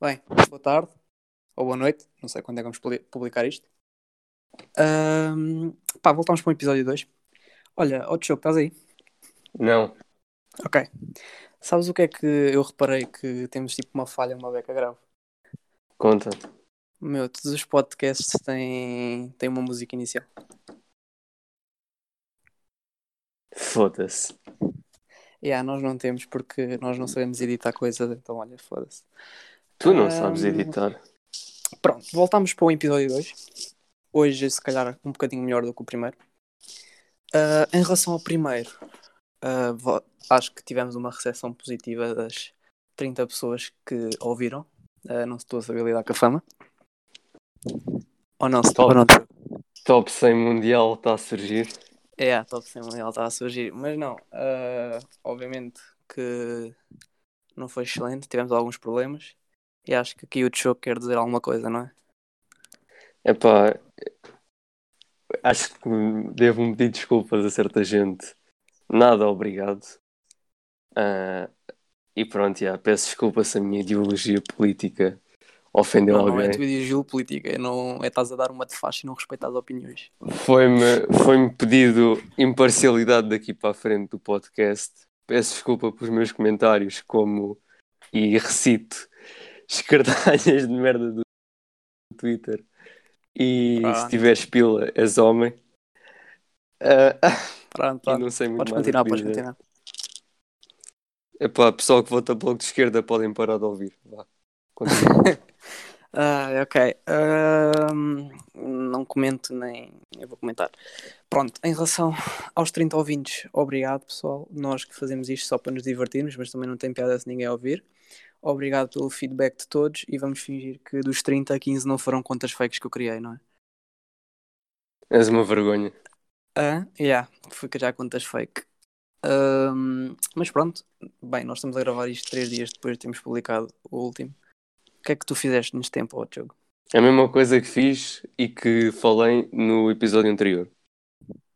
Bem, boa tarde ou boa noite, não sei quando é que vamos publi- publicar isto. Ahm, pá, voltamos para o episódio 2. Olha, outro show, estás aí? Não. Ok. Sabes o que é que eu reparei que temos tipo uma falha, uma beca grave? Conta. Meu, todos os podcasts têm, têm uma música inicial. Foda-se. Yeah, ah, nós não temos porque nós não sabemos editar coisas, então olha, foda-se. Tu não Ah, sabes editar. Pronto, voltámos para o episódio 2. Hoje, se calhar, um bocadinho melhor do que o primeiro. Ah, em relação ao primeiro, ah, vo- acho que tivemos uma recepção positiva das 30 pessoas que ouviram. Ah, não estou a saber lidar com a fama. Ou não, se Top. ou não estou. Top 100 mundial está a surgir. É, a top 100 mundial está a surgir. Mas não, ah, obviamente que não foi excelente, tivemos alguns problemas. E acho que aqui o show quer dizer alguma coisa, não é? Epá, acho que devo-me pedir desculpas a certa gente. Nada, obrigado. Ah, e pronto, já, peço desculpa se a minha ideologia política ofendeu Não, não é alguém. tu e geopolítica, é não é estás a dar uma de faixa e não respeitas opiniões. Foi-me foi pedido imparcialidade daqui para a frente do podcast. Peço desculpa pelos meus comentários, como e recito escardalhas de merda do Twitter. E Pronto. se tiveres pila, és homem. Ah, Pronto, e pronto. não sei muito Podes mais o continuar, que podes dizer. continuar. Epá, pessoal que vota bloco de esquerda podem parar de ouvir. Vá. Continua. Ah, ok. Ahm, não comento nem. Eu vou comentar. Pronto, em relação aos 30 ouvintes, obrigado pessoal. Nós que fazemos isto só para nos divertirmos, mas também não tem piada se ninguém ouvir. Obrigado pelo feedback de todos e vamos fingir que dos 30 a 15 não foram contas fakes que eu criei, não é? és uma vergonha. Ah, yeah, fui criar contas fake. Ahm, mas pronto, bem, nós estamos a gravar isto três dias depois de termos publicado o último. O que é que tu fizeste neste tempo, ó Diogo? É a mesma coisa que fiz e que falei no episódio anterior.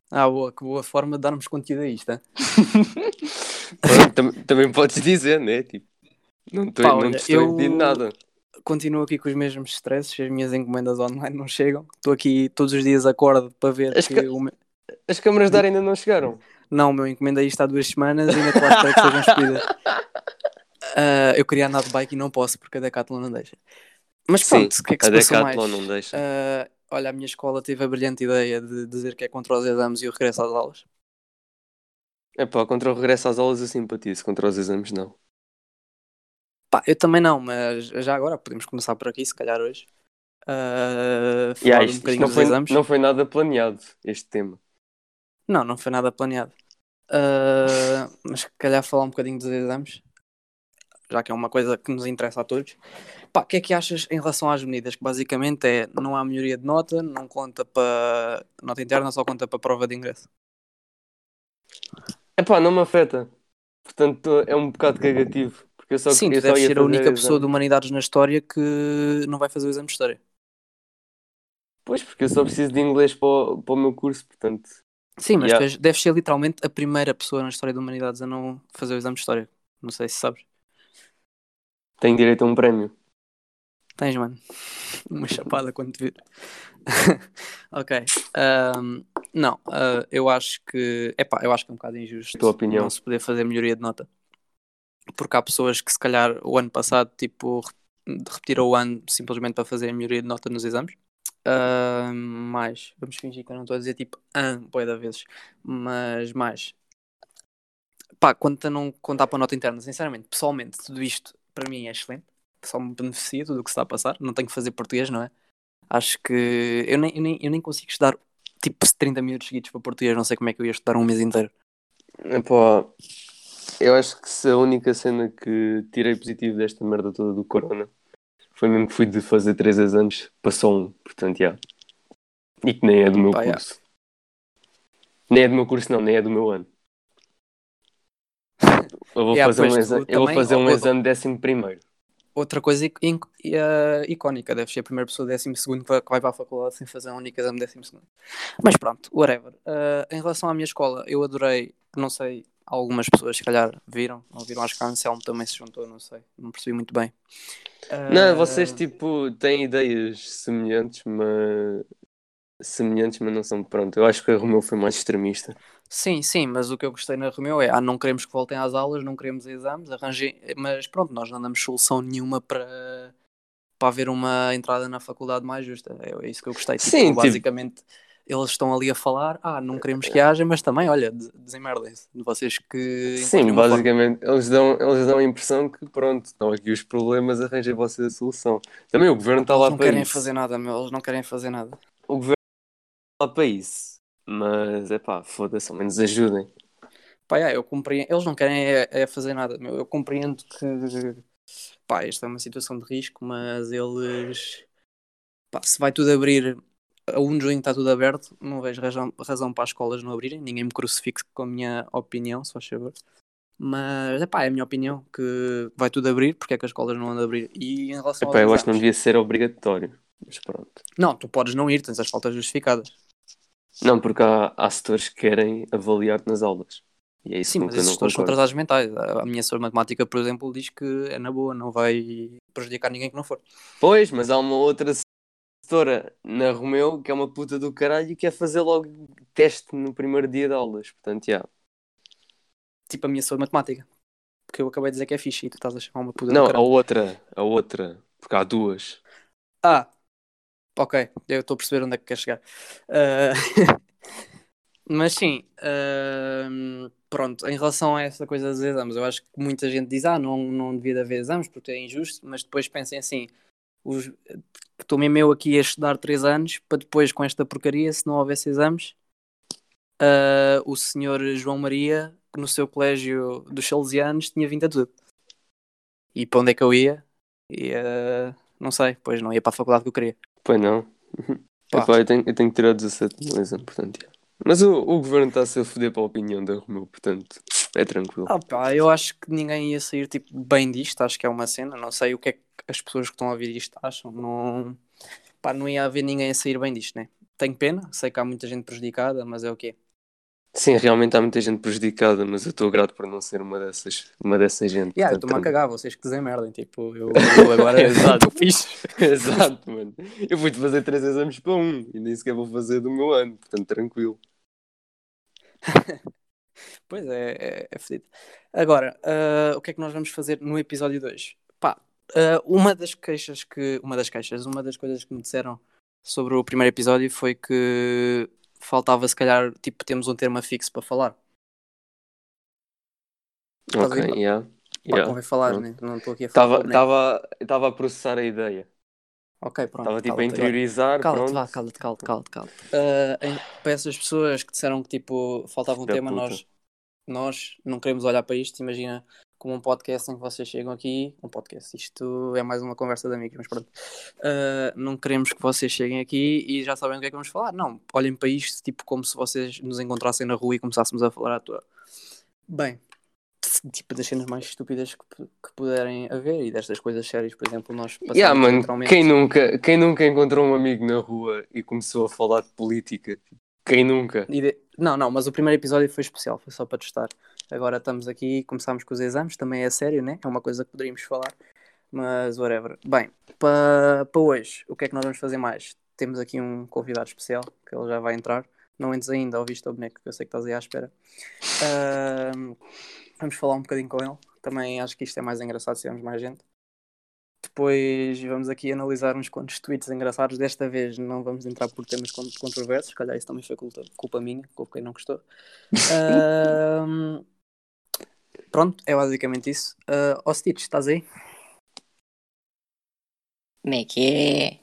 Ah, boa, que boa forma de darmos conteúdo a isto. hein? Pronto, tam- também podes dizer, né? Tipo, não estou Pá, não olha, te estou a eu- impedir de nada. Continuo aqui com os mesmos stresses, as minhas encomendas online não chegam. Estou aqui todos os dias acordo para ver Acho que, que- o meu... As câmaras de ar ainda não chegaram. Não, o meu encomenda aí está há duas semanas e ainda estou à espera que sejam expedidas. Ah, eu queria andar de bike e não posso porque a Decathlon não deixa. Mas Sim, pronto, o que é que a se passou mais? Decathlon não deixa. Ah, olha, a minha escola teve a brilhante ideia de dizer que é contra os exames e o regresso às aulas. É pá, contra o regresso às aulas eu simpatizo, contra os exames não. Pá, eu também não, mas já agora podemos começar por aqui, se calhar hoje. Ah, E ah, falar um isto, isto bocadinho não, dos foi, exames. não foi nada planeado, este tema. Não, não foi nada planeado. Ah, mas se calhar falar um bocadinho dos exames, já que é uma coisa que nos interessa a todos. Pá, o que é que achas em relação às medidas? Que basicamente é não há melhoria de nota, não conta para nota interna, só conta para prova de ingresso. É pá, não me afeta. Portanto, é um bocado cagativo. Porque eu só, Sim, Então, eu tu só deves ia ser a fazer única exame. pessoa de humanidades na história que não vai fazer o exame de história. Pois, porque eu só preciso de inglês para o, para o meu curso, portanto. Sim, mas Yeah. tu és- deves ser literalmente a primeira pessoa na história da humanidades a não fazer o exame de história. Não sei se sabes. Tenho direito a um prémio. Tens, mano. Uma chapada quando te vir. ok. ahm, não, ah, eu acho que. Epá, eu acho que é um bocado injusto Tua opinião. não se poder fazer melhoria de nota. Porque há pessoas que se calhar o ano passado tipo, re- repetiram o ano simplesmente para fazer a melhoria de nota nos exames. Ahm, mais, vamos fingir que eu não estou a dizer tipo ah, boia da vezes, mas mais. Pá, quanto a não contar para a nota interna, sinceramente, pessoalmente, tudo isto para mim é excelente só me beneficia tudo o que se está a passar, não tenho que fazer português, não é? Acho que eu nem, eu nem, eu nem consigo estudar tipo 30 minutos seguidos para português, não sei como é que eu ia estudar um mês inteiro. Epá, eu acho que se a única cena que tirei positivo desta merda toda do Corona foi mesmo que fui de fazer três exames, passou um, portanto, já. E que nem é do meu Pá, já. curso. Nem é do meu curso, não, nem é do meu ano. Eu vou Já, fazer pois, um, tu exa eu vou também- fazer um ou- exame décimo primeiro. Outra coisa ic- inc- e, eh, icónica, deve ser a primeira pessoa do décimo segundo para- que vai para a faculdade sem fazer um único exame de décimo segundo. Mas pronto, whatever. Eh, em relação à minha escola, eu adorei, não sei algumas pessoas, se calhar, viram. Ou viram, acho que a Anselmo também se juntou, não sei. Não percebi muito bem. Não, Ah, vocês tipo têm ideias semelhantes, mas semelhantes, mas não são pronto. Eu acho que o erro meu foi mais extremista. Sim, sim, mas o que eu gostei na Romeu é, ah, não queremos que voltem às aulas, não queremos exames, arranjem... Mas pronto, nós não damos solução nenhuma para... Para haver uma entrada na faculdade mais justa. É isso que eu gostei. Tipo, Sim, tipo- Eh, basicamente, eles estão ali a falar: ah, não queremos que haja, mas também, olha, des- desenmerdem-se. Vocês que. encontrem Sim, uma forma. basicamente eles dão, eles dão a impressão que pronto, estão aqui os problemas, arranjem vocês a solução. Também o governo está tá lá Eles não para querem isso. fazer nada, meu. Eles não querem fazer nada. O governo está lá para isso. Mas é pá, foda-se, ao menos ajudem. Pá, yeah, eu compreendo. Eles não querem é, é fazer nada, meu. Eu compreendo que. Pá, esta é uma situação de risco, mas eles. Pá, se vai tudo abrir. A 1 de junho está tudo aberto, não vejo razão, razão para as escolas não abrirem. Ninguém me crucifique com a minha opinião, se faz favor. Mas, é pá, é a minha opinião que vai tudo abrir, porque é que as escolas não andam a abrir? E em relação Epá, eu aos acho que não exames? devia ser obrigatório. Mas pronto. Não, tu podes não ir, tens as faltas justificadas. Não, porque há, há setores que querem avaliar-te nas aulas. E é isso Sim, com mas que eu esses não estudos são concordo. atrasados mentais. A a minha senhora de matemática, por exemplo, diz que é na boa, não vai prejudicar ninguém que não for. Pois, mas há uma outra setora na Romeu que é uma puta do caralho e quer fazer logo teste no primeiro dia de aulas. Portanto, já. Tipo a minha senhora de matemática. Porque eu acabei de dizer que é fixe e tu estás a chamar uma puta do Não, a caralho. outra, a outra, porque há duas. Ah, ok. Eu estou a perceber onde é que queres chegar. Ah, Mas sim, ah, pronto. Em relação a essa coisa dos exames, eu acho que muita gente diz, ah, não, não devia haver exames porque é injusto, mas depois pensem assim, os... estou mesmo eu aqui a estudar três anos para depois com esta porcaria, se não houvesse exames, ah, o senhor João Maria, que no seu colégio dos Salesianos tinha vindo a tudo. E para onde é que eu ia? Ia, não sei, pois não ia para a faculdade que eu queria. Pois não. Pá. Epá, eu, tenho, eu tenho que tirar 17 no exame, portanto, já. Mas o, o governo está a se foder para a opinião da Romeu, portanto, é tranquilo. Ah, pá, eu acho que ninguém ia sair tipo, bem disto, acho que é uma cena, não sei o que é que as pessoas que estão a ouvir isto acham, não, pá, não ia haver ninguém a sair bem disto, né? Tenho pena, sei que há muita gente prejudicada, mas é o quê? Sim, realmente há muita gente prejudicada, mas eu estou grato por não ser uma dessas, uma dessa gente. Yeah, eu portanto, estou-me a cagar, vocês que desenmerdem, tipo, eu, eu agora tipo, Exato. fixe. Exato, mano. Eu fui-te fazer três exames para um e nem sequer vou fazer do meu ano, portanto, tranquilo. Pois é, é, é fedido. Agora, ah, o que é que nós vamos fazer no episódio 2? Pá, ah, uma das queixas que. Uma das queixas, uma das coisas que me disseram sobre o primeiro episódio foi que faltava se calhar, tipo, temos um termo fixo para falar. Estás Ok, a ver? yeah. Pá, yeah. convém falar, Pronto. né? não estou aqui a falar. Estava né? tava, tava a processar a ideia. Ok, pronto. tá Estava tipo cala-te, a vai. interiorizar. Cala-te, pronto. vá, cala-te, cala-te, cala-te, cala-te. Ah, em- para essas pessoas que disseram que tipo, faltava um Da tema, puta. nós, nós não queremos olhar para isto. Imagina como um podcast em que vocês chegam aqui. Um podcast, isto é mais uma conversa de amigos, mas pronto. Ah, não queremos que vocês cheguem aqui e já sabem do que é que vamos falar. Não, olhem para isto tipo como se vocês nos encontrassem na rua e começássemos a falar à toa. Bem, tipo das cenas mais estúpidas que, pu- que puderem haver e destas coisas sérias, por exemplo, nós passamos Yeah, mano, literalmente- quem nunca, quem nunca encontrou um amigo na rua e começou a falar de política? Quem nunca? E de- Não, não, mas o primeiro episódio foi especial, foi só para testar. Agora estamos aqui, começámos com os exames, também é sério, né? É uma coisa que poderíamos falar, mas whatever. Bem, para para hoje, o que é que nós vamos fazer mais? Temos aqui um convidado especial, que ele já vai entrar. Não entres ainda, ouviste o boneco, que eu sei que estás aí à espera. Ahm, vamos falar um bocadinho com ele. Também acho que isto é mais engraçado se tivermos mais gente. Depois vamos aqui analisar uns quantos tweets engraçados. Desta vez não vamos entrar por temas con- controversos, se calhar isso também foi culpa, culpa minha, culpa quem não gostou. Ahm, pronto, é basicamente isso. Uh, oh, Stitch, estás aí? Como é que é?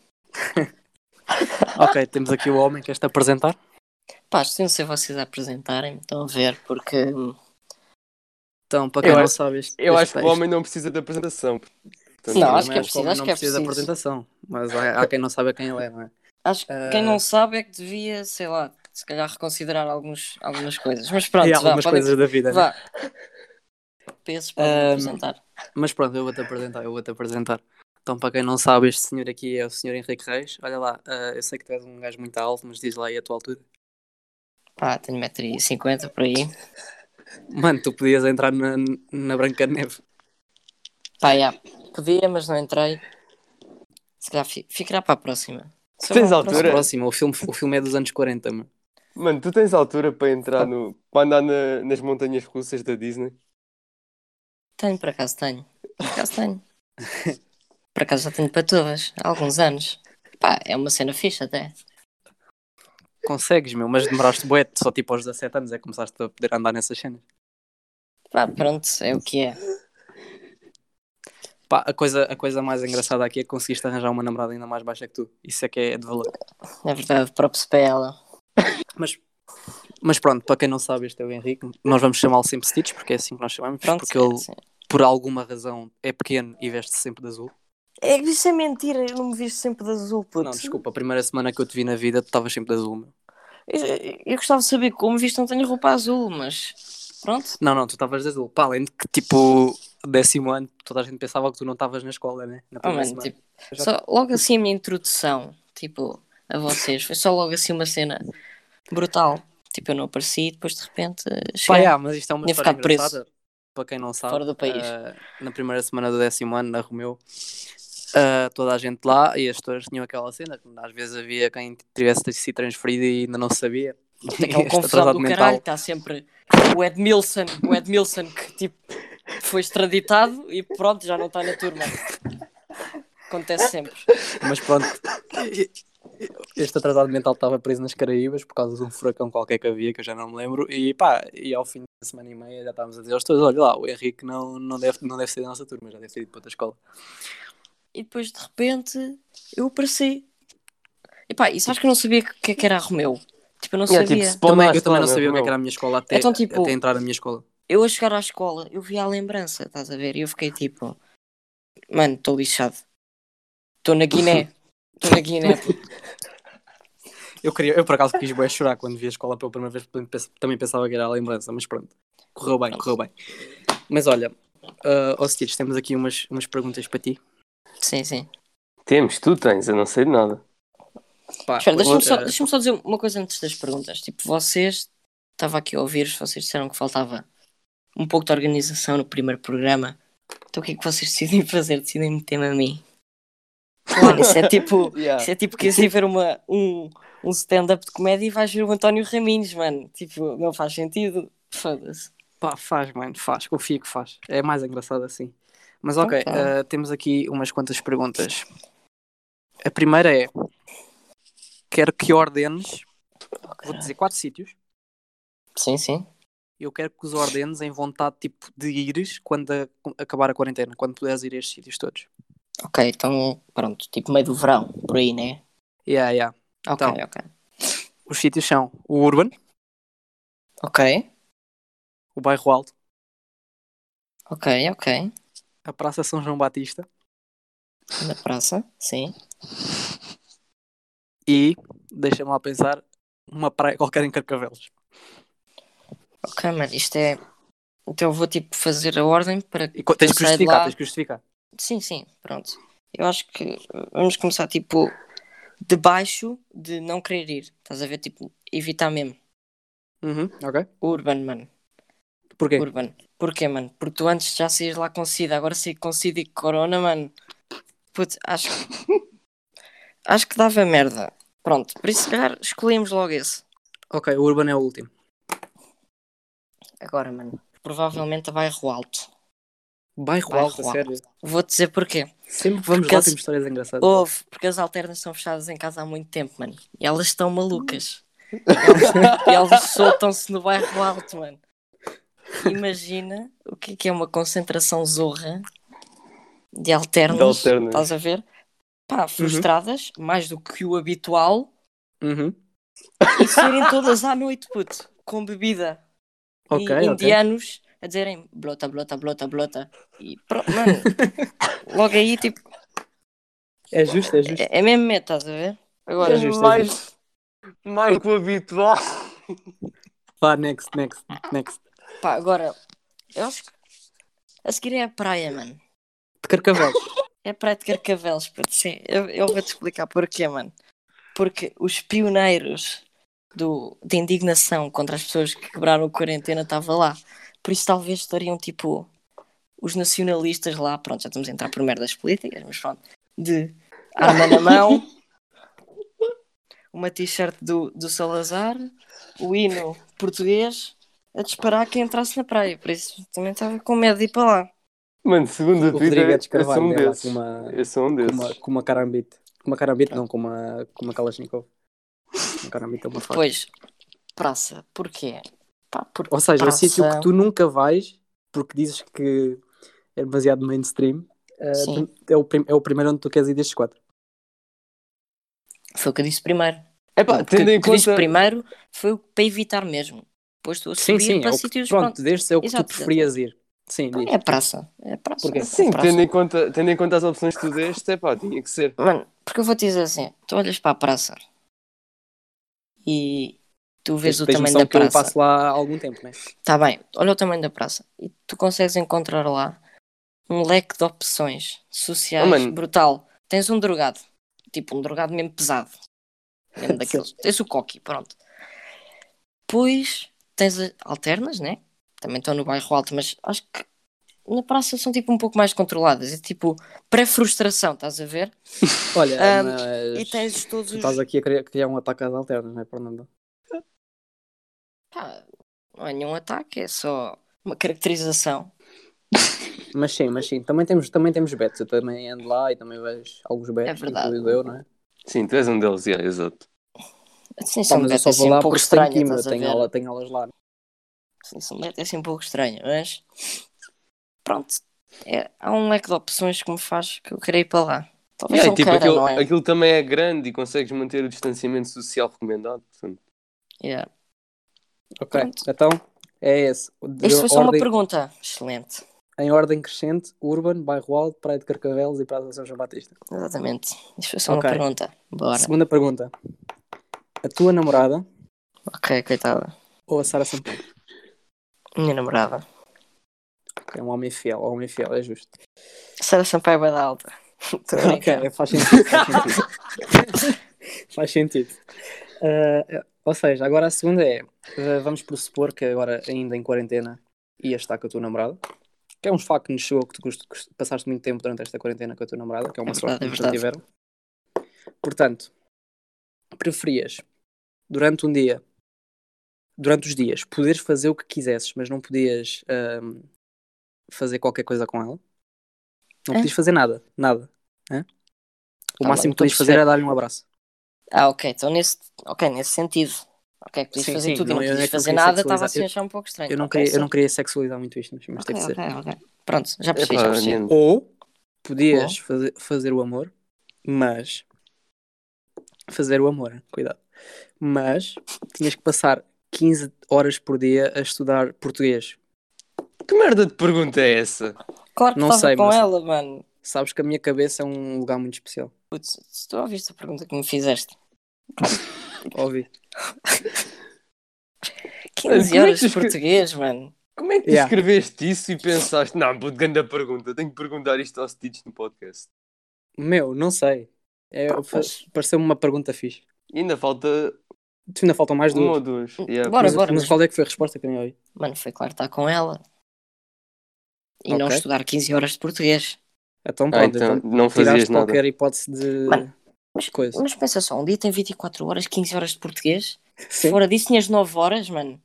Ok, temos aqui o homem, queres-te apresentar? Pá, se não sei vocês apresentarem, estão a ver, porque hum, Então, para quem Eu não acho- sabe, este, Eu este acho que o texto- homem não precisa de apresentação. Portanto, Não, Sim, acho que é mas o homem preciso, acho não que é precisa de preciso. apresentação, mas há, há quem não sabe quem ele é, não é? acho que quem Ah. não sabe é que devia, sei lá, se calhar reconsiderar alguns, algumas coisas. Mas pronto, e há vá, algumas podem, coisas Ah, da vida. né? vá. Pesos podem Ahm. apresentar. Mas pronto, eu vou-te apresentar, eu vou-te apresentar. Então, para quem não sabe, este senhor aqui é o senhor Henrique Reis. Olha lá, ah, eu sei que tu és um gajo muito alto, mas diz lá aí a tua altura. Pá, tenho 1,50m por aí. Mano, tu podias entrar na, na Branca de Neve. Pá, já. Podia, mas não entrei. Se calhar fi- ficará para a próxima. Se eu Tens vou à altura? Próximo, Dura. próximo. O, filme, o filme é dos anos 40, mano. Mano, tu tens altura para entrar no. para andar na- nas montanhas russas da Disney? Tenho, por acaso tenho. Por acaso tenho. por acaso já tenho para todas, há alguns anos. Pá, é uma cena fixe até. Consegues, meu, mas demoraste boete, só tipo aos 17 anos é que começaste a poder andar nessas cenas. Pá, pronto, é o que é. Pá, a coisa, a coisa mais engraçada aqui é que conseguiste arranjar uma namorada ainda mais baixa que tu. Isso é que é de valor. Na verdade, próprio para ela. Mas, mas pronto, para quem não sabe, este é o Henrique. Nós vamos chamá-lo sempre Stitch, porque é assim que nós chamamos. Pronto, porque ele, sim. por alguma razão, é pequeno e veste sempre de azul. É que isso é mentira, eu não me visto sempre de azul, puto. Não, desculpa, a primeira semana que eu te vi na vida, tu estavas sempre de azul, meu. Eu, eu gostava de saber como visto não tenho roupa azul, mas pronto. Não, não, tu estavas de azul. Pá, além de que, tipo, décimo ano, toda a gente pensava que tu não estavas na escola, né? Na Oh, primeira semana. mano, tipo, tá. só logo assim a minha introdução, tipo, a vocês, foi só logo assim uma cena brutal. Tipo, eu não apareci e depois de repente eh, Pá, cheguei. yeah, mas isto é uma Tinha história ficado preso. engraçada. Para quem não sabe, Fora do país. eh, na primeira semana do décimo ano, na Romeu, eh, toda a gente lá e as pessoas tinham aquela cena. que Às vezes havia quem tivesse se transferido e ainda não sabia. É um Este confusão atrasado do mental. caralho, está sempre o Edmilson, o Edmilson que tipo foi extraditado e pronto, já não está na turma. Acontece sempre. Mas pronto, este atrasado mental estava preso nas Caraíbas por causa de um furacão qualquer que havia, que eu já não me lembro. E pá, e ao fim da semana e meia já estávamos a dizer aos todos: olha lá, o Henrique não, não, deve, não deve ser da nossa turma, já deve ter ido para outra escola. E depois de repente eu apareci. E pá, e sabes que eu não sabia o que, é que era a Romeu? Tipo, eu não Yeah, sabia. tipo, spawn Também, à eu também escola, não sabia o que, é meu. que era a minha escola até, Então, tipo- até entrar na minha escola. eu a chegar à escola, eu vi a lembrança, estás a ver? E eu fiquei tipo, mano, estou lixado. Estou na Guiné. Estou na Guiné. puto. Eu, queria, eu por acaso quis bué chorar quando vi a escola pela primeira vez, porque pens- também pensava que era a lembrança, mas pronto, correu bem, correu bem. Mas olha, uh, ó Stitch, temos aqui umas, umas perguntas para ti. Sim, sim. Temos, tu tens, eu não sei de nada. Pá, Espera, deixa-me só, uh, deixa só dizer uma coisa antes das perguntas. Tipo, vocês, estava aqui a ouvir, vocês disseram que faltava um pouco de organização no primeiro programa. Então o que é que vocês decidem fazer? Decidem meter-me a mim. Mano, isso é tipo. Yeah. Isso é tipo que ias ir ver uma, um, um stand-up de comédia e vais ver o António Raminhos, mano. Tipo, não faz sentido. Foda-se. Pá, faz, mano, faz, confia que faz. É mais engraçado assim. Mas ok, Ok. eh, temos aqui umas quantas perguntas. A primeira é: quero que ordenes, vou dizer quatro sítios, Sim, sim. eu quero que os ordenes em vontade tipo, de ires quando a- acabar a quarentena, quando puderes ir a estes sítios todos. Ok, então pronto, tipo meio do verão, por aí, né? Yeah, yeah. Ok, Então. ok. Os sítios são o Urban, Ok, o Bairro Alto, ok, ok. a Praça São João Batista Na praça, sim. e, deixa-me lá pensar, uma praia qualquer em Carcavelos. Ok, mano, isto é. Então eu vou tipo fazer a ordem para. E co- tens que Eu saio de justificar, lá. tens que justificar. Sim, sim, pronto. Eu acho que vamos começar tipo de baixo de não querer ir. Estás a ver? Tipo, evitar mesmo. Uhum, ok. Urban, mano. Porquê? Urban. Porquê, mano? Porque tu antes já saías lá com SIDA, agora saí com SIDA e Corona, mano. Putz, acho que. acho que dava merda. Pronto, por isso se calhar escolhemos logo esse. Ok, o Urban é o último. Agora, mano. Provavelmente a bairro alto. Bairro, Bairro alto, a Alto. sério. Vou dizer porquê. Sempre que vamos Porque lá, as- temos histórias engraçadas. Houve, porque as alternas são fechadas em casa há muito tempo, mano. E elas estão malucas. e elas soltam-se no bairro alto, mano. Imagina o que é, que é uma concentração zorra de alternas. De alternas. Estás a ver? Pá, frustradas, mais do que o habitual, Uhum. e serem todas à noite, puto, com bebida. Ok, e ok. indianos a dizerem blota, blota, blota, blota. E pronto, mano. logo aí, tipo, É justo, é justo. é, é mesmo meta, estás a ver? Agora, É justo, é justo. mais, mais que o habitual. Vá, next, next, next. pá, agora, eu acho que a seguir é a praia, mano. De Carcavelos. É a praia de Carcavelos, puto, sim. Eu, eu vou-te explicar porquê, mano. Porque os pioneiros do, de indignação contra as pessoas que quebraram a quarentena estava lá. Por isso talvez estariam tipo os nacionalistas lá, pronto, já estamos a entrar por merdas políticas, mas pronto, de arma na mão, uma t-shirt do, do Salazar, o hino português, a disparar quem entrasse na praia, por isso também estava com medo de ir para lá. Mano, segundo o O Rodrigo é Twitter, eu sou descarvado um dela desses. com uma, Eu sou um com uma, desses. Ah. com uma carambite. Com uma carambite, não, com uma, com uma Kalashnikov. Uma carambite é uma faca. Depois, praça, porquê? Pá, porque Ou seja, o praça- sítio que tu nunca vais, porque dizes que é demasiado mainstream, eh, Sim. tu- é, o prim- é o primeiro onde tu queres ir destes quatro. Foi o que eu disse primeiro. Epá, O que, tendo em que eu disse conta. primeiro foi o- para evitar mesmo. Depois estou a subir é para o que- sítios pronto, pronto. destes é o que Exato, tu preferias ir. Sim, diz. É praça. É praça. Porquê? é Sim, praça. tendo em conta, tendo em conta as opções que tu deste, epá, tinha que ser. Mano, porque eu vou te dizer assim: tu olhas para a praça e tu vês o Tens tamanho noção da que eu praça. passo lá há algum tempo, né? Está Tá bem, olha o tamanho da praça e tu consegues encontrar lá um leque de opções sociais Oh, mano. brutal. Tens um drogado, tipo um drogado mesmo pesado. Mesmo daqueles. tens o coqui, pronto. Pois tens a- alternas, né? Também estão no bairro alto, mas acho que na praça são tipo um pouco mais controladas. É tipo pré-frustração, estás a ver? Olha, Ah, mas E tens todos tu os. estás aqui a criar, criar um ataque às alternas, não é, Fernando? Pá, não é nenhum ataque, é só uma caracterização. Mas sim, mas sim, também temos, também temos bets. Eu também ando lá e também vejo alguns bets, É verdade. incluindo eu, não é? Sim, tu és um deles, yeah, exato. Assim, Pá, são mas eu betas só vou assim, um lá pouco porque tenho estranha, Coimbra, estás a tenho, ver? aula, tenho aulas lá. Seleção de leite é sempre um pouco estranho, mas pronto. É, há um leque de opções que me faz que eu querer ir para lá. Talvez Yeah, não e, tipo, queira, aquilo, não é? aquilo também é grande e consegues manter o distanciamento social recomendado. portanto. Yeah. Ok, Pronto. então é esse. De Isto foi só uma ordem- pergunta. Excelente. Em ordem crescente, Urban, Bairro Alto, Praia de Carcavelos e Praia de São João Batista. Exatamente. Isto foi só Ok. uma pergunta. Bora. Segunda pergunta. A tua namorada Ok, coitada. ou a Sara Sampaio? Minha namorada. É um homem fiel, um homem fiel, é justo. Sara Sampaio vai da alta. Tô a Ok, brincar. Tá faz sentido. Faz sentido. Faz sentido. Ah, ou seja, agora a segunda é: ah, vamos pressupor que agora, ainda em quarentena, ias estar com a tua namorada. Que é um facto que nos chegou que tu cust- cust- passaste muito tempo durante esta quarentena com a tua namorada, que é uma É sorte que verdade, é muitos não tiveram. Portanto, preferias durante um dia, durante os dias, poderes fazer o que quisesses, mas não podias ahm, fazer qualquer coisa com ela? Não Hã? podias fazer nada, nada. Hã? O Ah, máximo não que podias estou a fazer era dar-lhe um abraço. Ah, ok. Então nesse, ok, nesse sentido. Ok, podias Sim, fazer sim, tudo não, e eu não é podias que não fazer queria nada. sexualizar. Estava assim a Eu- achar um pouco estranho. Eu não, Ok, queria, eu sim. não queria sexualizar muito isto, mas, mas Ok, teve que ser. ok, ok. Pronto, já percebi, já Epá, percebi. man, Ou podias fazer, fazer o amor, mas. Fazer o amor, cuidado. Mas tinhas que passar 15 horas por dia a estudar português. que merda de pergunta é essa? Claro que Não estava sei, com mas- ela, mano. Sabes que a minha cabeça é um lugar muito especial. Putz, se tu ouviste a pergunta que me fizeste, Ouvi. 15 como é que horas tu de escre- português, mano. Como é que tu Yeah. escreveste isso e pensaste, não, puto, grande pergunta, tenho que perguntar isto ao Stitch no podcast? Meu, não sei. É, fa- Pareceu-me uma pergunta fixe. E ainda falta Tu ainda faltam mais uma duas. ou duas. Yeah. Hum, Bora, mas, bora. mas mas- qual é que foi a resposta que eu nem ouvi? Mano, foi claro estar com ela. E não Ok. estudar 15 horas de português. Então Ah, pronto, então, então, não fazias tiraste nada. qualquer hipótese de Mano, coisa. Mas pensa só, um dia tem 24 horas, 15 horas de português. Sim. Fora disso, tinhas 9 horas, mano.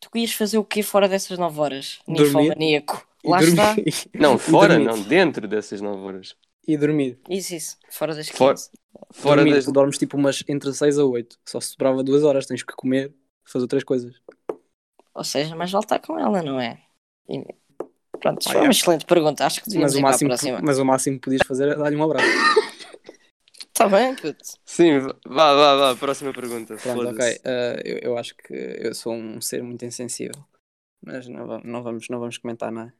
Tu ias fazer o quê fora dessas 9 horas? Dormir. Ninfomaníaco. Lá e está. dormir. Não, fora, dormir. não, dentro dessas nove horas. E dormir. Isso, isso. Fora das 15. Fora- Fora dormir, das. tu dormes tipo umas entre 6 a 8. Só se sobrava duas horas, tens que comer, fazer outras coisas. Ou seja, mais vale estar com ela, não é? E- Pronto, Ah, foi é. uma excelente pergunta. Acho que Mas devíamos o, ir para a máximo, próxima. mas o máximo que podias fazer é dar-lhe um abraço. Está Tá bem, puto. Sim, vá, vá, vá, próxima pergunta. Pronto, foda-se. ok. Ah, eu, eu acho que eu sou um ser muito insensível. Mas não, va- não vamos, não vamos comentar, não é?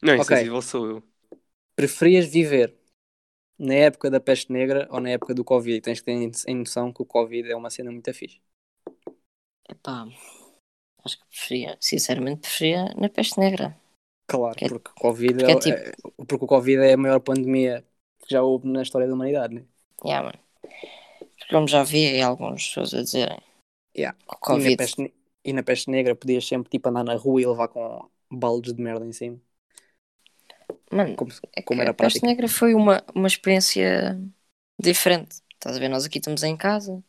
Não, Ok. insensível sou eu. Preferias viver na época da peste negra ou na época do Covid? Tens que ter em- em noção que o Covid é uma cena muito fixe. Epá, acho que preferia, sinceramente preferia na peste negra. Claro, Que é- porque, o COVID porque é, é tipo- é- porque o Covid é a maior pandemia que já houve na história da humanidade, né? Yeah, mano. Porque como já vi aí algumas é pessoas a dizerem, Yeah. O E na, Covid. peste, ne- e na peste negra podias sempre tipo, andar na rua e levar com baldes de merda em cima. Mano, Como, se- é que como era a peste prática. negra foi uma, uma experiência diferente. Estás a ver? Nós aqui estamos em casa.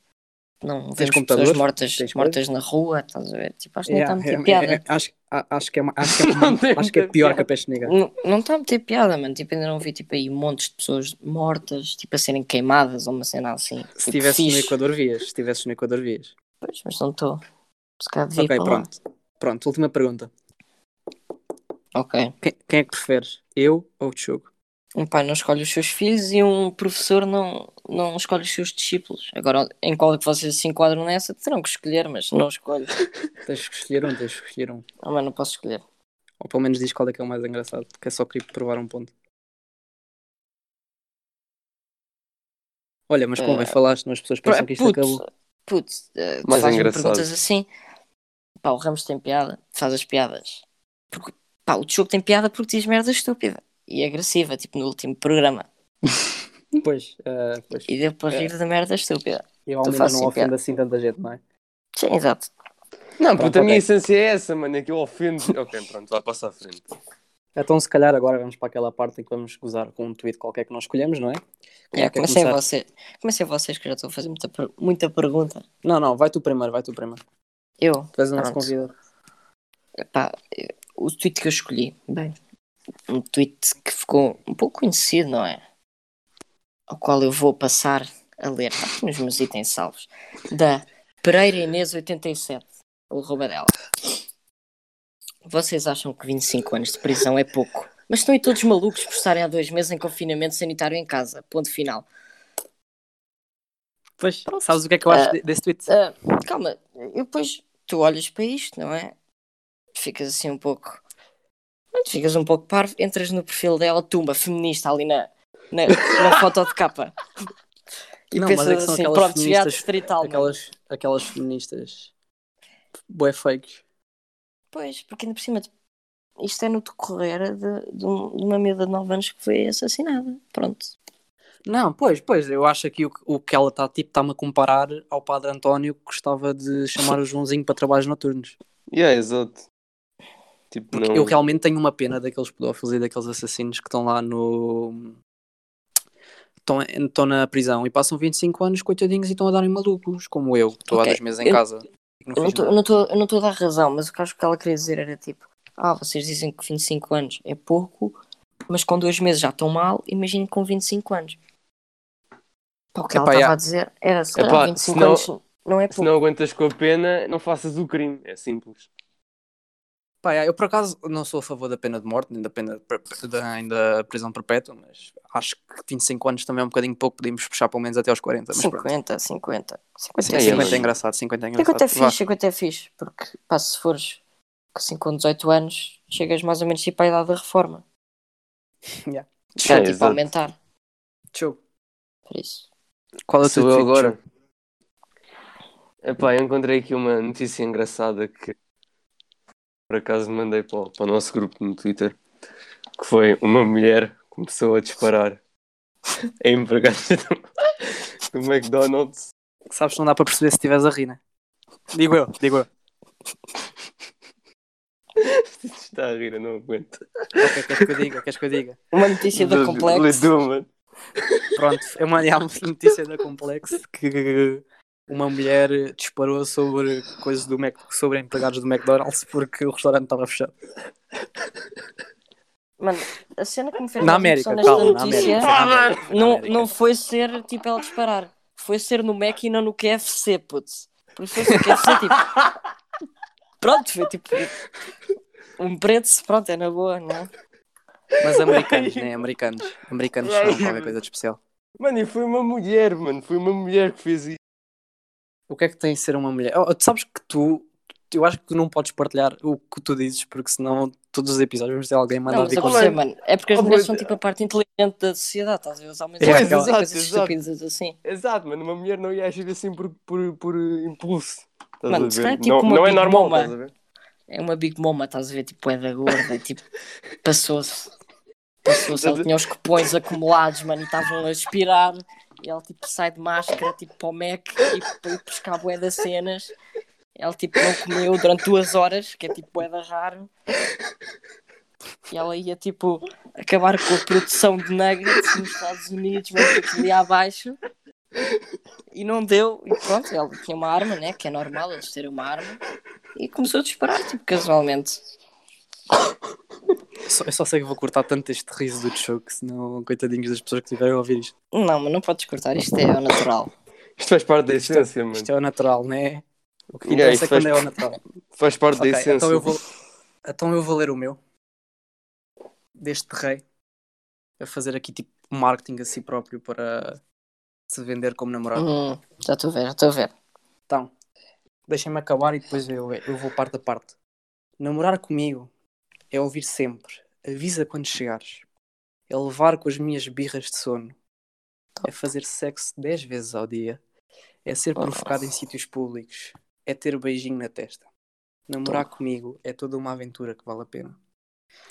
Não Tens vemos pessoas computador? mortas, Tens mortas na rua, estás a ver? Tipo, acho que Yeah, não está a meter é- piada. é- é- acho, a- acho que é, ma- acho que é, Não tem acho que é muita pior piada. que a peste negra. Não- Não está a meter piada, mano. Tipo, ainda não vi tipo, aí montes de pessoas mortas, tipo, a serem queimadas ou uma cena assim. Se Tipo, estivesse no fixe. Equador, vias. Se estivesse no Equador, vias. Pois, mas não estou. Se calhar devia ir Ok, para lá. pronto. Pronto, última pergunta. Ok. Quem, quem é que preferes? Eu ou o Tchogo? Um pai não escolhe os seus filhos e um professor não, não escolhe os seus discípulos. Agora, em qual é que vocês se enquadram nessa, terão que escolher, mas não escolho. Tens que escolher um, tens que escolher um. Ah, mas não posso escolher. Ou pelo menos diz qual é que é o mais engraçado, que é só queria provar um ponto. Olha, mas convém Eh, falar, senão as pessoas pensam que isto é acabou. Puto, puto, eh, tu Mais fazes-me engraçado. perguntas assim. Pá, o Ramos tem piada, faz as piadas. Porque, pá, o Tchogo tem piada porque diz merda estúpida e agressiva, tipo no último programa. Pois, eh, pois. E deu para É. rir da merda estúpida. Eu Tu ao menos fazes não sem ofendo piada. assim tanta gente, não é? Sim, exato. Não, Pronto, puta, a minha ok. essência é essa, mano. É que eu ofendo. ok, pronto, vai passar à frente. Então se calhar agora vamos para aquela parte em que vamos gozar com um tweet qualquer que nós escolhemos, não é? Quem É, que quer comecei, a começar? você, comecei a vocês que eu já estou a fazer muita, per- muita pergunta. Não, não, vai tu primeiro, vai tu primeiro. Eu, Tu és o nosso Pronto. convidado. pá, eh, o tweet que eu escolhi, bem, um tweet que ficou um pouco conhecido, não é? Ao qual eu vou passar a ler, tá aqui nos meus itens salvos, da Pereira Inês 87, o rouba dela. Vocês acham que 25 anos de prisão é pouco, mas estão aí todos malucos por estarem há dois meses em confinamento sanitário em casa, ponto final. Pois, sabes o que é que eu acho Eh, de- desse tweet? Ah, calma, eu depois tu olhas para isto, não é? Ficas assim um pouco. Pronto, ficas um pouco parvo, entras no perfil dela, tumba, feminista ali na, na, na foto de capa. E Não, mas pensas é que são assim, aquelas pronto, cheguei à feministas- distrital. Aquelas... Aquelas, aquelas feministas bué fakes. Pois, porque ainda por cima, isto é no decorrer de, de um- de uma miúda de 9 anos que foi assassinada. Pronto. Não, pois, pois, eu acho aqui o, que- o que ela está tipo, está-me a comparar ao padre António que gostava de chamar o Joãozinho para trabalhos noturnos. Yeah, exato. Tipo, Porque não. eu realmente tenho uma pena daqueles pedófilos e daqueles assassinos que estão lá no. Estão, estão na prisão e passam 25 anos, coitadinhos, e estão a darem malucos, como eu, que estou há Ok, dois meses em eu- casa. e que Eu Não fiz nada. não estou a dar razão, mas o que acho que ela queria dizer era tipo: Ah, vocês dizem que 25 anos é pouco, mas com dois meses já estão mal, imaginem com 25 anos. Pá, o que Epá, ela estava já. a dizer era: se Epá, ah, 25 senão- anos não é Se pouco. não aguentas com a pena, não faças o crime. É simples. Pá, é, eu por acaso não sou a favor da pena de morte, nem da pena per- da, nem da prisão perpétua, mas acho que 25 anos também é um bocadinho pouco, podíamos puxar pelo menos até aos 40. Mas pronto. 50, 50. 50, Sim, é Sim, 50 fixe. é engraçado, 50 é engraçado. 50 é Vá. fixe, 50 é fixe, porque pá, se fores assim com 18 anos, chegas mais ou menos tipo à idade da reforma. Já É, tipo a exato. aumentar, Tchau. por isso. Qual é o teu Sou eu tweet, agora. Tchau? Epá, eu encontrei aqui uma notícia engraçada que por acaso mandei para o, para o nosso grupo no Twitter, que foi uma mulher que começou a disparar a empregada do, do McDonald's. Sabes que não dá para perceber se estiveres a rir, né? Digo eu, digo eu. Está a rir, eu não aguento. Ok, queres que eu diga? Queres que eu diga? Uma notícia da Do- do- é Complexo. do- mano. Pronto, eu mandei há uma notícia da Complexo que uma mulher disparou sobre coisas do Mac, sobre empregados do McDonald's porque o restaurante estava fechado. Mano, a cena que me fez Na mais América, impressão nesta calma, na é notícia América. Na América, na Ah, não, América. não foi ser tipo ela disparar. Foi ser no Mac e não no QFC, putz. Por isso foi ser QFC, tipo. Pronto, foi tipo. Um preto, pronto, é na boa, não é? Mas americanos, né? Americanos. Americanos são qualquer coisa de especial. Mano, e foi uma mulher, mano. Foi uma mulher que fez isso. O que é que tem de ser uma mulher? Oh, tu sabes que tu. Eu acho que tu não podes partilhar o que tu dizes, porque senão todos os episódios vamos ter alguém mandar Não, mas vir eu com percebo, mano. É porque as Oh, mas- mulheres são tipo a parte inteligente da sociedade, estás a ver? Os homens É, fazem exato, coisas exato. estúpidas assim. Exato, mano. Uma mulher não ia agir assim por, por, por eh, impulso. Estás Mano, a se ver? calhar é tipo não uma não é Big normal, Mama. estás a ver? É uma Big Mama, estás a ver? Tipo, é da gorda, tipo, passou-se. Passou-se, ela tinha os cupões acumulados, mano, e estavam a expirar. E ela, tipo, sai de máscara, tipo, para o Mac e para ir buscar bué das cenas. Ela tipo não comeu durante duas horas, que é tipo era raro. E ela ia tipo acabar com a produção de nuggets nos Estados Unidos, mas tipo ali abaixo. E não deu. E pronto, ela tinha uma arma, né? Que é normal eles terem uma arma. E começou a disparar, tipo, casualmente. Só- eu só sei que vou cortar tanto este riso do choke, senão coitadinhos das pessoas que estiverem a ouvir isto. Não, mas não podes cortar, isto é ao natural. Isto faz parte da essência, mano. Isto é o natural, não é? O que Yeah, interessa isto é quando é faz- o natural. Faz parte Ok, da essência. então eu vou então eu vou ler o meu deste rei a fazer aqui tipo marketing a si próprio para se vender como namorado Hum, já estou a ver, já estou a ver. então deixem-me acabar e depois eu, eu vou parte a parte namorar comigo é ouvir sempre avisa quando chegares é levar com as minhas birras de sono é fazer sexo 10 vezes ao dia é ser Oh. provocado em sítios públicos é ter beijinho na testa namorar comigo é toda uma aventura que vale a pena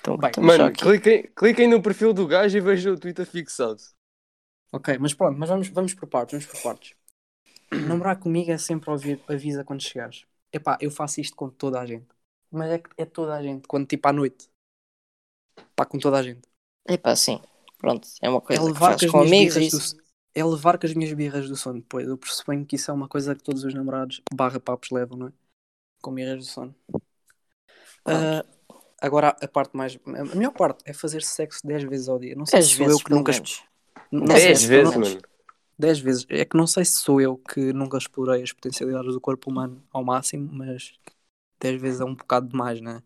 Então, Bem, então, já Mano, aqui. cliquem, cliquem no perfil do gajo e vejam o Twitter fixado. Ok, mas pronto, mas vamos, vamos por partes, vamos por partes. Namorar comigo é sempre ouvir avisa quando chegares. Epá, eu faço isto com toda a gente. Mas é que é toda a gente, quando tipo à noite. Pá, com toda a gente. Epá, sim. Pronto, é uma É coisa que levar, faz com as com minhas amigos e birras do, isso. sono. é levar com as minhas birras do sono. Pois eu pressuponho que isso é uma coisa que todos os namorados barra papos levam, não é? Com birras do sono. Ah, agora a parte mais. A melhor parte é fazer sexo 10 vezes ao dia. Não sei Às se sou eu vezes, que nunca. menos. não Dez sei Dez se eu vezes, nunca- mano. 10 vezes. É que não sei se sou eu que nunca explorei as potencialidades do corpo humano ao máximo, mas 10 vezes é um bocado demais, né?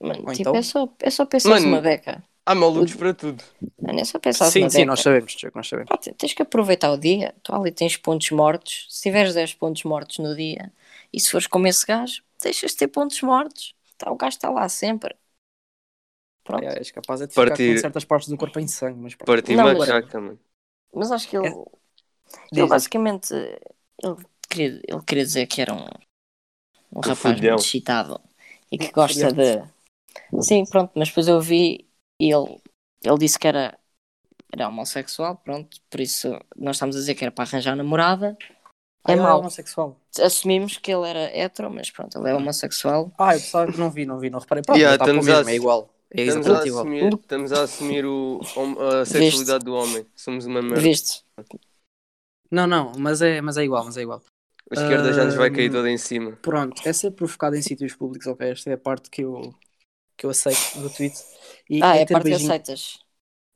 Mano, Ou tipo, então- é só, é só pensar Mano. numa beca. Há malucos para tudo. Mano, é só pensar Sim, numa sim, beca. nós sabemos, Tiago, nós sabemos. Pá, te- tens que aproveitar o dia. Tu ali tens pontos mortos. Se tiveres 10 pontos mortos no dia e se fores como esse gajo, deixas de ter pontos mortos. Tá, o gajo está lá sempre. Pronto. É, és capaz é de ficar Partir- com certas partes do corpo em sangue, mas pronto. Parti Não, uma mas- jaca, mano. Mas acho que ele, É. ele Diz. basicamente ele queria, ele queria dizer que era um, um rapaz fudel. muito excitado e que gosta de. Sim, pronto, mas depois eu vi e ele, ele disse que era, era homossexual, pronto, por isso nós estamos a dizer que era para arranjar namorada. Ah, É ele mau. homossexual. Assumimos que ele era hétero, mas pronto, ele é homossexual. Ah, eu pensava que não vi, não vi, não reparei. Pronto, Yeah, está para o estamos a- mesmo, é igual. É Estamos a, exatamente igual. assumir, estamos a assumir o, hom- a sexualidade do homem. Somos uma merda. Viste? Não, não, mas é, mas é igual, mas é igual. A esquerda já nos vai cair Ahm. toda em cima. Pronto, é ser provocado em sítios públicos, ok? Esta é a parte que eu, que eu aceito do tweet. E Ah, e é a ter parte que beijinho- aceitas.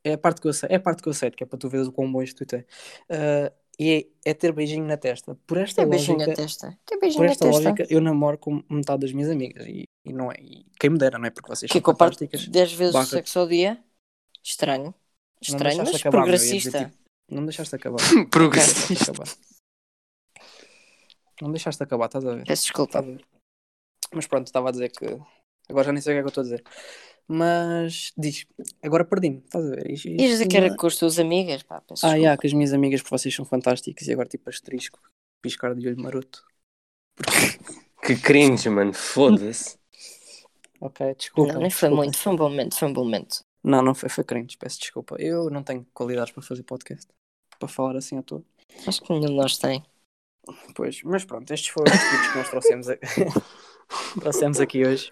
É a parte que eu aceito, é a parte que eu aceito, que é para tu veres o quão bom isto tu tens. Ah, e é, é ter beijinho na testa. Por esta Tem beijinho lógica, na testa. Tem por beijinho na esta testa. lógica, eu namoro com metade das minhas amigas e, e não é. E quem me dera, não é? Porque vocês que são fantásticas. compartilhas 10 vezes Barra. o sexo ao dia. Estranho. Estranho, deixaste mas acabar, meu, eu ia dizer tipo, progressista. Não me deixaste acabar. Não me Progresso. deixaste acabar. Não me deixaste acabar, estás a ver? Peço Tá desculpa. bem. Mas pronto, estava a dizer que. Agora já nem sei o que é que eu estou a dizer. Mas diz, agora perdi-me, estás a ver? Isto- Ias dizer isto que era não- com as tuas amigas, pá, peço Ah, desculpa. yeah, que as minhas amigas, porque vocês são fantásticas e agora tipo asterisco, piscar de olho maroto. Que cringe, mano. Foda-se. Ok, Então, desculpa. Não, nem foi muito, foi um bom momento, foi um bom momento. Não, não foi, foi crentes, peço desculpa. Eu não tenho qualidades para fazer podcast, para falar assim à toa. Acho que nenhum de nós tem. Pois, mas pronto, estes foram os tipos que nós trouxemos, a- trouxemos aqui hoje.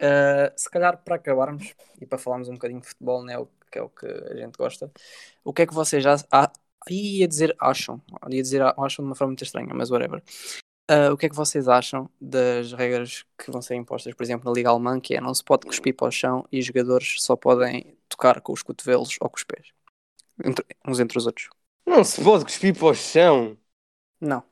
Ah, se calhar para acabarmos e para falarmos um bocadinho de futebol, né, o que é o que a gente gosta, o que é que vocês já. Ah, ia dizer acham, ia dizer a- acham de uma forma muito estranha, mas whatever. Ah, o que é que vocês acham das regras que vão ser impostas, por exemplo, na Liga Alemã, que é não se pode cuspir para o chão e os jogadores só podem tocar com os cotovelos ou com os pés, entre- uns entre os outros? Não se pode cuspir para o chão. Não.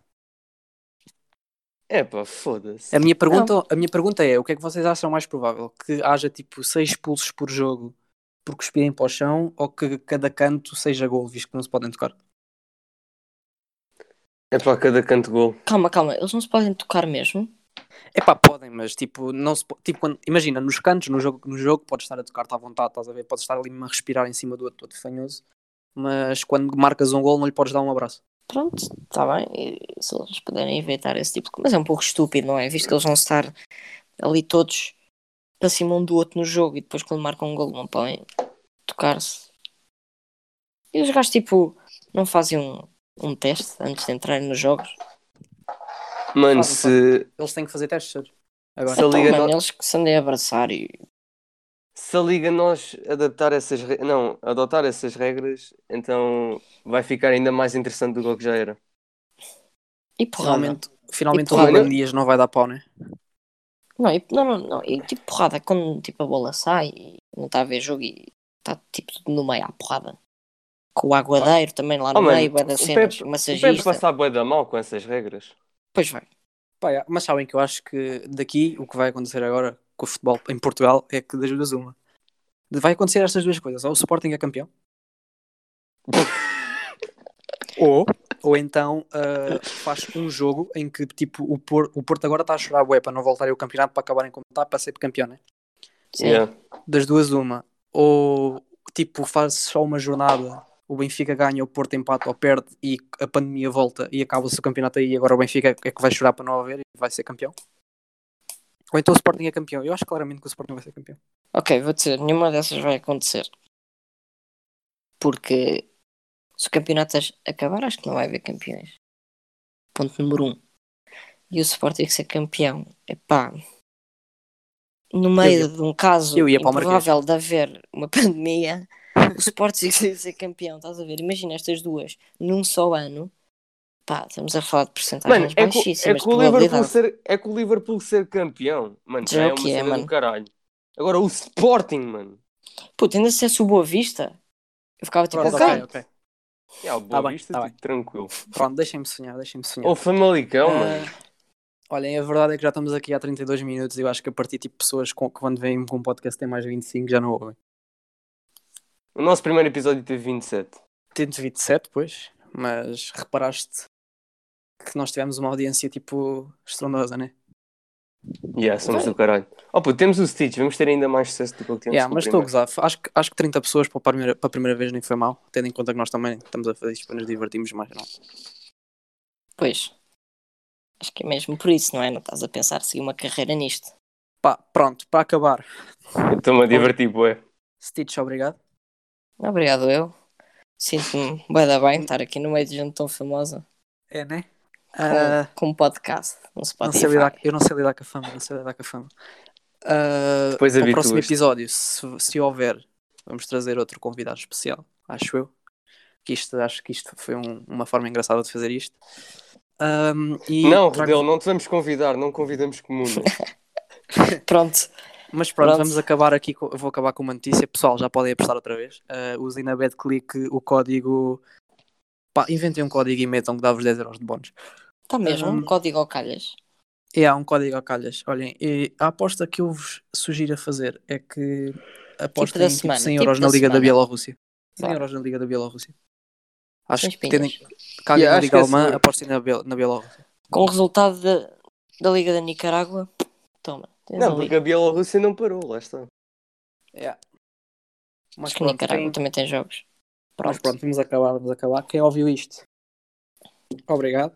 É pá, foda-se. A minha, pergunta, a minha pergunta é: o que é que vocês acham mais provável? Que haja tipo seis expulsos por jogo por cuspirem para o chão ou que cada canto seja gol, visto que não se podem tocar? É para cada canto gol. Calma, calma, eles não se podem tocar mesmo. É pá, podem, mas tipo, não se po- tipo quando, imagina, nos cantos, no jogo, no jogo podes estar a tocar-te à vontade, estás a ver? Podes estar ali mesmo a respirar em cima do outro, todo fanhoso, mas quando marcas um gol não lhe podes dar um abraço. Pronto, está bem. e se eles puderem inventar esse tipo de coisa. Mas é um pouco estúpido, não é? Visto que eles vão estar ali todos para cima um do outro no jogo e depois quando marcam um gol não podem tocar-se. E os gajos tipo não fazem um, um teste antes de entrarem nos jogos. Mano, Fazem, se, Eles têm que fazer testes todos. Agora. Se a Então, Liga mano, não- eles que se andem a abraçar e. se a Liga nós adaptar essas re- não, adotar essas regras, então vai ficar ainda mais interessante do que o que já era. E porrada. Finalmente, finalmente o porrada. Ruben Dias não vai dar pau, né? Não, e, não, não, não. E tipo porrada, quando tipo, a bola sai e não está a ver jogo e está tipo tudo no meio à porrada. Com o aguadeiro também lá no Oh, mano, meio, vai o das cenas, Pepe- o O Pepe massagista. passar bué da mal com essas regras. Pois vai. Pá, é, Mas sabem que eu acho que daqui o que vai acontecer agora com o futebol em Portugal é que das duas uma. Vai acontecer estas duas coisas. Ou o Sporting é campeão. ou, ou então ah, faz um jogo em que tipo, o, Por- o Porto agora está a chorar bué para não voltarem ao campeonato para acabarem como está para ser campeão, né? Sim. Yeah. das duas uma, ou tipo faz só uma jornada, o Benfica ganha, o Porto empata ou perde e a pandemia volta e acaba-se o campeonato aí e agora o Benfica é que vai chorar para não haver e vai ser campeão. Ou então o Sporting é campeão. Eu acho claramente que o Sporting vai ser campeão. Ok, vou dizer, nenhuma dessas vai acontecer. Porque se o campeonato as- acabar, acho que não vai haver campeões. Ponto número um. E o Sporting ser campeão, epá. No meio de um caso eu ia para o Marquês. improvável de haver uma pandemia, o Sporting ser ser campeão, estás a ver? Imagina estas duas num só ano. Pá, estamos a falar de Mano, é porcentagens que, o- é, tá baixíssimas. que o de Liverpool probabilidade. ser, é que o Liverpool ser campeão, mano, Já já é o uma que é, cena mano. do caralho. Agora o Sporting, mano. Puta, ainda se fosse o Boa Vista, eu ficava tipo, Pronto, ok, ok, ok. Yeah, o É Boa Tá bem, Vista, tá tipo, tranquilo. Pronto, deixem-me sonhar, deixem-me sonhar. Ou Famalicão, Ah, mano. Olhem, a verdade é que já estamos aqui há 32 minutos e eu acho que a partir tipo pessoas com, que quando vêm com um podcast tem mais de 25 já não ouvem. O nosso primeiro episódio teve 27. 127, pois, mas reparaste que nós tivemos uma audiência tipo estrondosa, né? Yeah, somos do caralho. Oh, pô, temos o Stitch, vamos ter ainda mais sucesso do que o que temos Yeah, com o mas estou a primeiro. gozar. Acho que, acho que 30 pessoas para a, primeira, para a primeira vez nem foi mal, tendo em conta que nós também estamos a fazer isto para nos divertirmos mais. Não? é? Pois. Acho que é mesmo por isso, não é? Não estás a pensar em seguir uma carreira nisto. Pá, pronto, para acabar, Eu Estou-me a divertir, boé. Stitch, obrigado. Obrigado eu. Sinto-me bem da bem estar aqui no meio de gente tão famosa É, né? com, com um podcast. Um não sei Spotify. lidar, eu não sei lidar com a fama, não sei lidar com a fama. Ah, Depois para o próximo habituas-te. episódio, se, se houver, vamos trazer outro convidado especial, acho eu. Que isto, acho que isto foi um- uma forma engraçada de fazer isto. Ahm, e Não, trago- Rodel, não te vamos convidar, não convidamos comum. Pronto. Mas pronto, Pronto. vamos acabar aqui. com- eu vou acabar com uma notícia. Pessoal, já podem apostar outra vez. Ah, usem na BadClick o código. Pá, inventem um código e metam que dá-vos 10€ euros de bónus. Está mesmo. Hum. Um código ao calhas. É, há um código ao calhas. Olhem, e a aposta que eu vos sugiro a fazer é que apostem da tipo, semana, 100 tipo euros da na Liga da semana. Bielorrússia. 100 Claro. euros na Liga da Bielorrússia. Acho Sem que tendem. Caguem na Yeah, acho Liga que é Alemã, seguro. apostem na, Biel- na Bielorrússia. Com o resultado da, da Liga da Nicarágua. Toma. Tens Não, ali. porque a Bielorrússia não parou, lá está. Mas Acho que a pronto, Nicarágua quem- também tem jogos. mas Pronto. pronto, vamos acabar, vamos acabar. Quem ouviu isto, obrigado.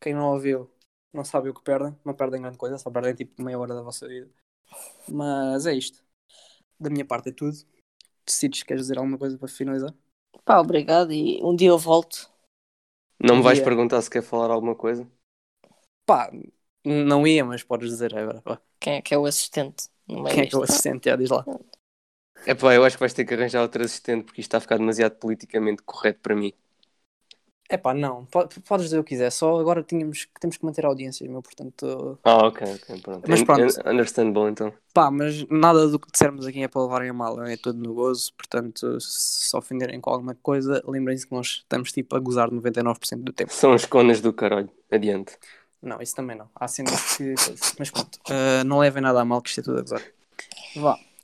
Quem não ouviu, não sabe o que perdem. Não perdem grande coisa, só perdem tipo meia hora da vossa vida. Mas é isto. Da minha parte é tudo. Decides, queres dizer alguma coisa para finalizar? Pá, obrigado. E um dia eu volto. Não me vais Yeah. perguntar se quer falar alguma coisa? Pá, não ia, mas podes dizer agora. pá. Quem é que é o assistente? No meio Quem é que é o disto? assistente? É, diz lá. É pá, eu acho que vais ter que arranjar outro assistente porque isto está a ficar demasiado politicamente correto para mim. É pá, não. po- Podes dizer o que quiser. Só agora tínhamos, temos que manter audiências, meu. Portanto, Ah, ok, ok, pronto. Mas Un- pronto. un- Understandable então. pá, mas nada do que dissermos aqui é para levarem a mal. É tudo no gozo. Portanto, se se ofenderem com alguma coisa, lembrem-se que nós estamos tipo a gozar 99% do tempo. São as conas do caralho. Adiante. Não, isso também não. Há cenas que. Mas eh, pronto, ah, não levem nada a mal que isto é tudo a gozar. Vá,